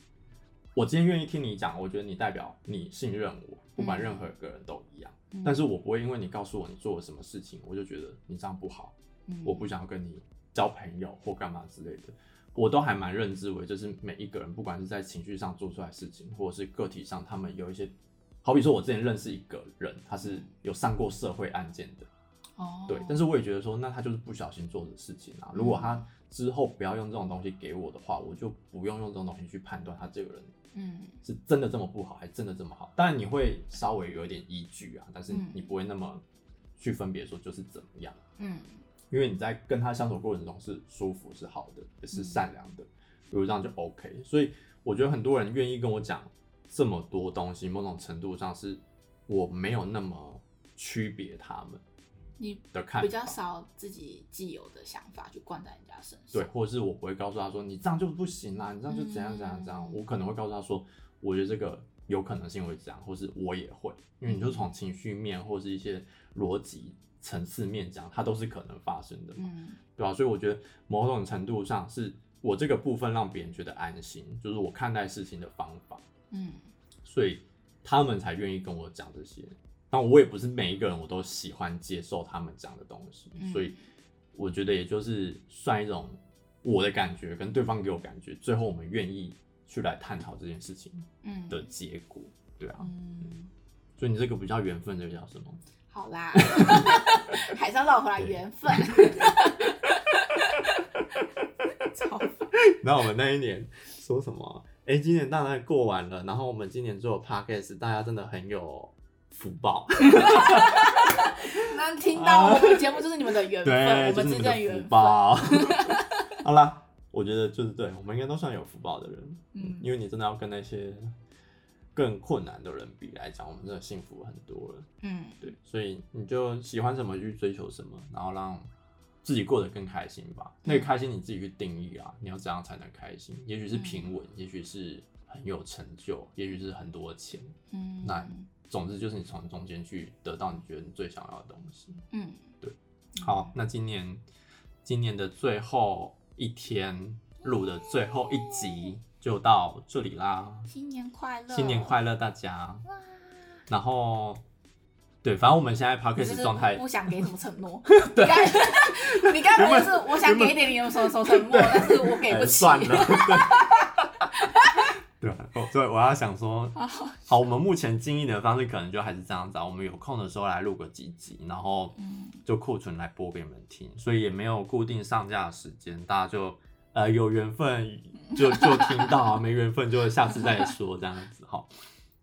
我今天愿意听你讲，我觉得你代表你信任我，不管
嗯
任何一个人都一样。
嗯
但是我不会因为你告诉我你做了什么事情，我就觉得你这样不好，
嗯
我不想要跟你交朋友或干嘛之类的。我都还蛮认知为，就是每一个人，不管是在情绪上做出来的事情，或者是个体上，他们有一些，好比说，我之前认识一个人，他是有上过社会案件的，
哦，嗯
对，但是我也觉得说，那他就是不小心做的事情啊。如果他之后不要用这种东西给我的话，我就不用用这种东西去判断他这个人
嗯
是真的这么不好，还真的这么好。当然你会稍微有一点依据啊，但是
嗯
你不会那么去分别说就是怎么样，
嗯
因为你在跟他相处过程中是舒服、是好的、也是
嗯
善良的，比如这样就 OK。所以我觉得很多人愿意跟我讲这么多东西，某种程度上是我没有那么区别他们
你
的看法，
比较少自己既有的想法去灌在人家身上。
对，或者是我不会告诉他说你这样就不行啊啦，你这样就怎样怎样怎样。
嗯
我可能会告诉他说，我觉得这个有可能性会这样，或是我也会，因为你就从情绪面或是一些逻辑层次面讲，它都是可能发生的嘛，
嗯
对吧、所以我觉得某种程度上是我这个部分让别人觉得安心，就是我看待事情的方法，
嗯，
所以他们才愿意跟我讲这些。但我也不是每一个人我都喜欢接受他们讲的东西，
嗯
所以我觉得也就是算一种我的感觉跟对方给我感觉，最后我们愿意去来探讨这件事情
嗯
的结果，对啊。
嗯，
所以你这个不叫缘分，这个叫什么？
好
*laughs*
啦， *laughs* 还是要绕回来
对
缘分。 *laughs* 超
然后我们那一年说什么？哎、今年大难过完了，然后我们今年做 podcast，大家真的很有福报，
能听到我们节目就是你们的缘分，
啊对，
我
就是
们
你
之
们
间
的
缘
福
分。
报。 *laughs* 好啦，我觉得就是对，我们应该都算有福报的人，
嗯
因为你真的要跟那些更困难的人比来讲，我们真的幸福很多了。
嗯，
对，所以你就喜欢什么去追求什么，然后让自己过得更开心吧。
嗯
那个开心你自己去定义啊，你要怎样才能开心？也许是平稳，也许是很有成就，也许是很多钱。
嗯，
那总之就是你从中间去得到你觉得你最想要的东西。
嗯，
好，那今年今年的最后一天录的最后一集就到这里啦，
新年快乐，
新年快乐大家！
哇！
然后对，反正我们现在 p o d
就
c a
是
s 状态
不想给什么承
*laughs*
诺。你刚才你刚 *laughs* 才是我想给一点点什么什么承诺，但是我给
哎
不起。
算了，对。 *laughs* 对吧，哦对，我要想说，好，我们目前经营的方式可能就还是这样子啊。我们有空的时候来录个几集，然后
嗯
就库存来播给你们听，所以也没有固定上架的时间，大家就呃有缘分就就听到啊，没缘分就下次再说这样子。好，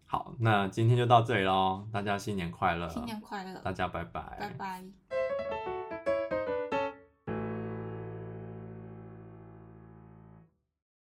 好，那今天就到这里喽，大家新年快乐，
新年快乐，
大家拜拜，
拜拜。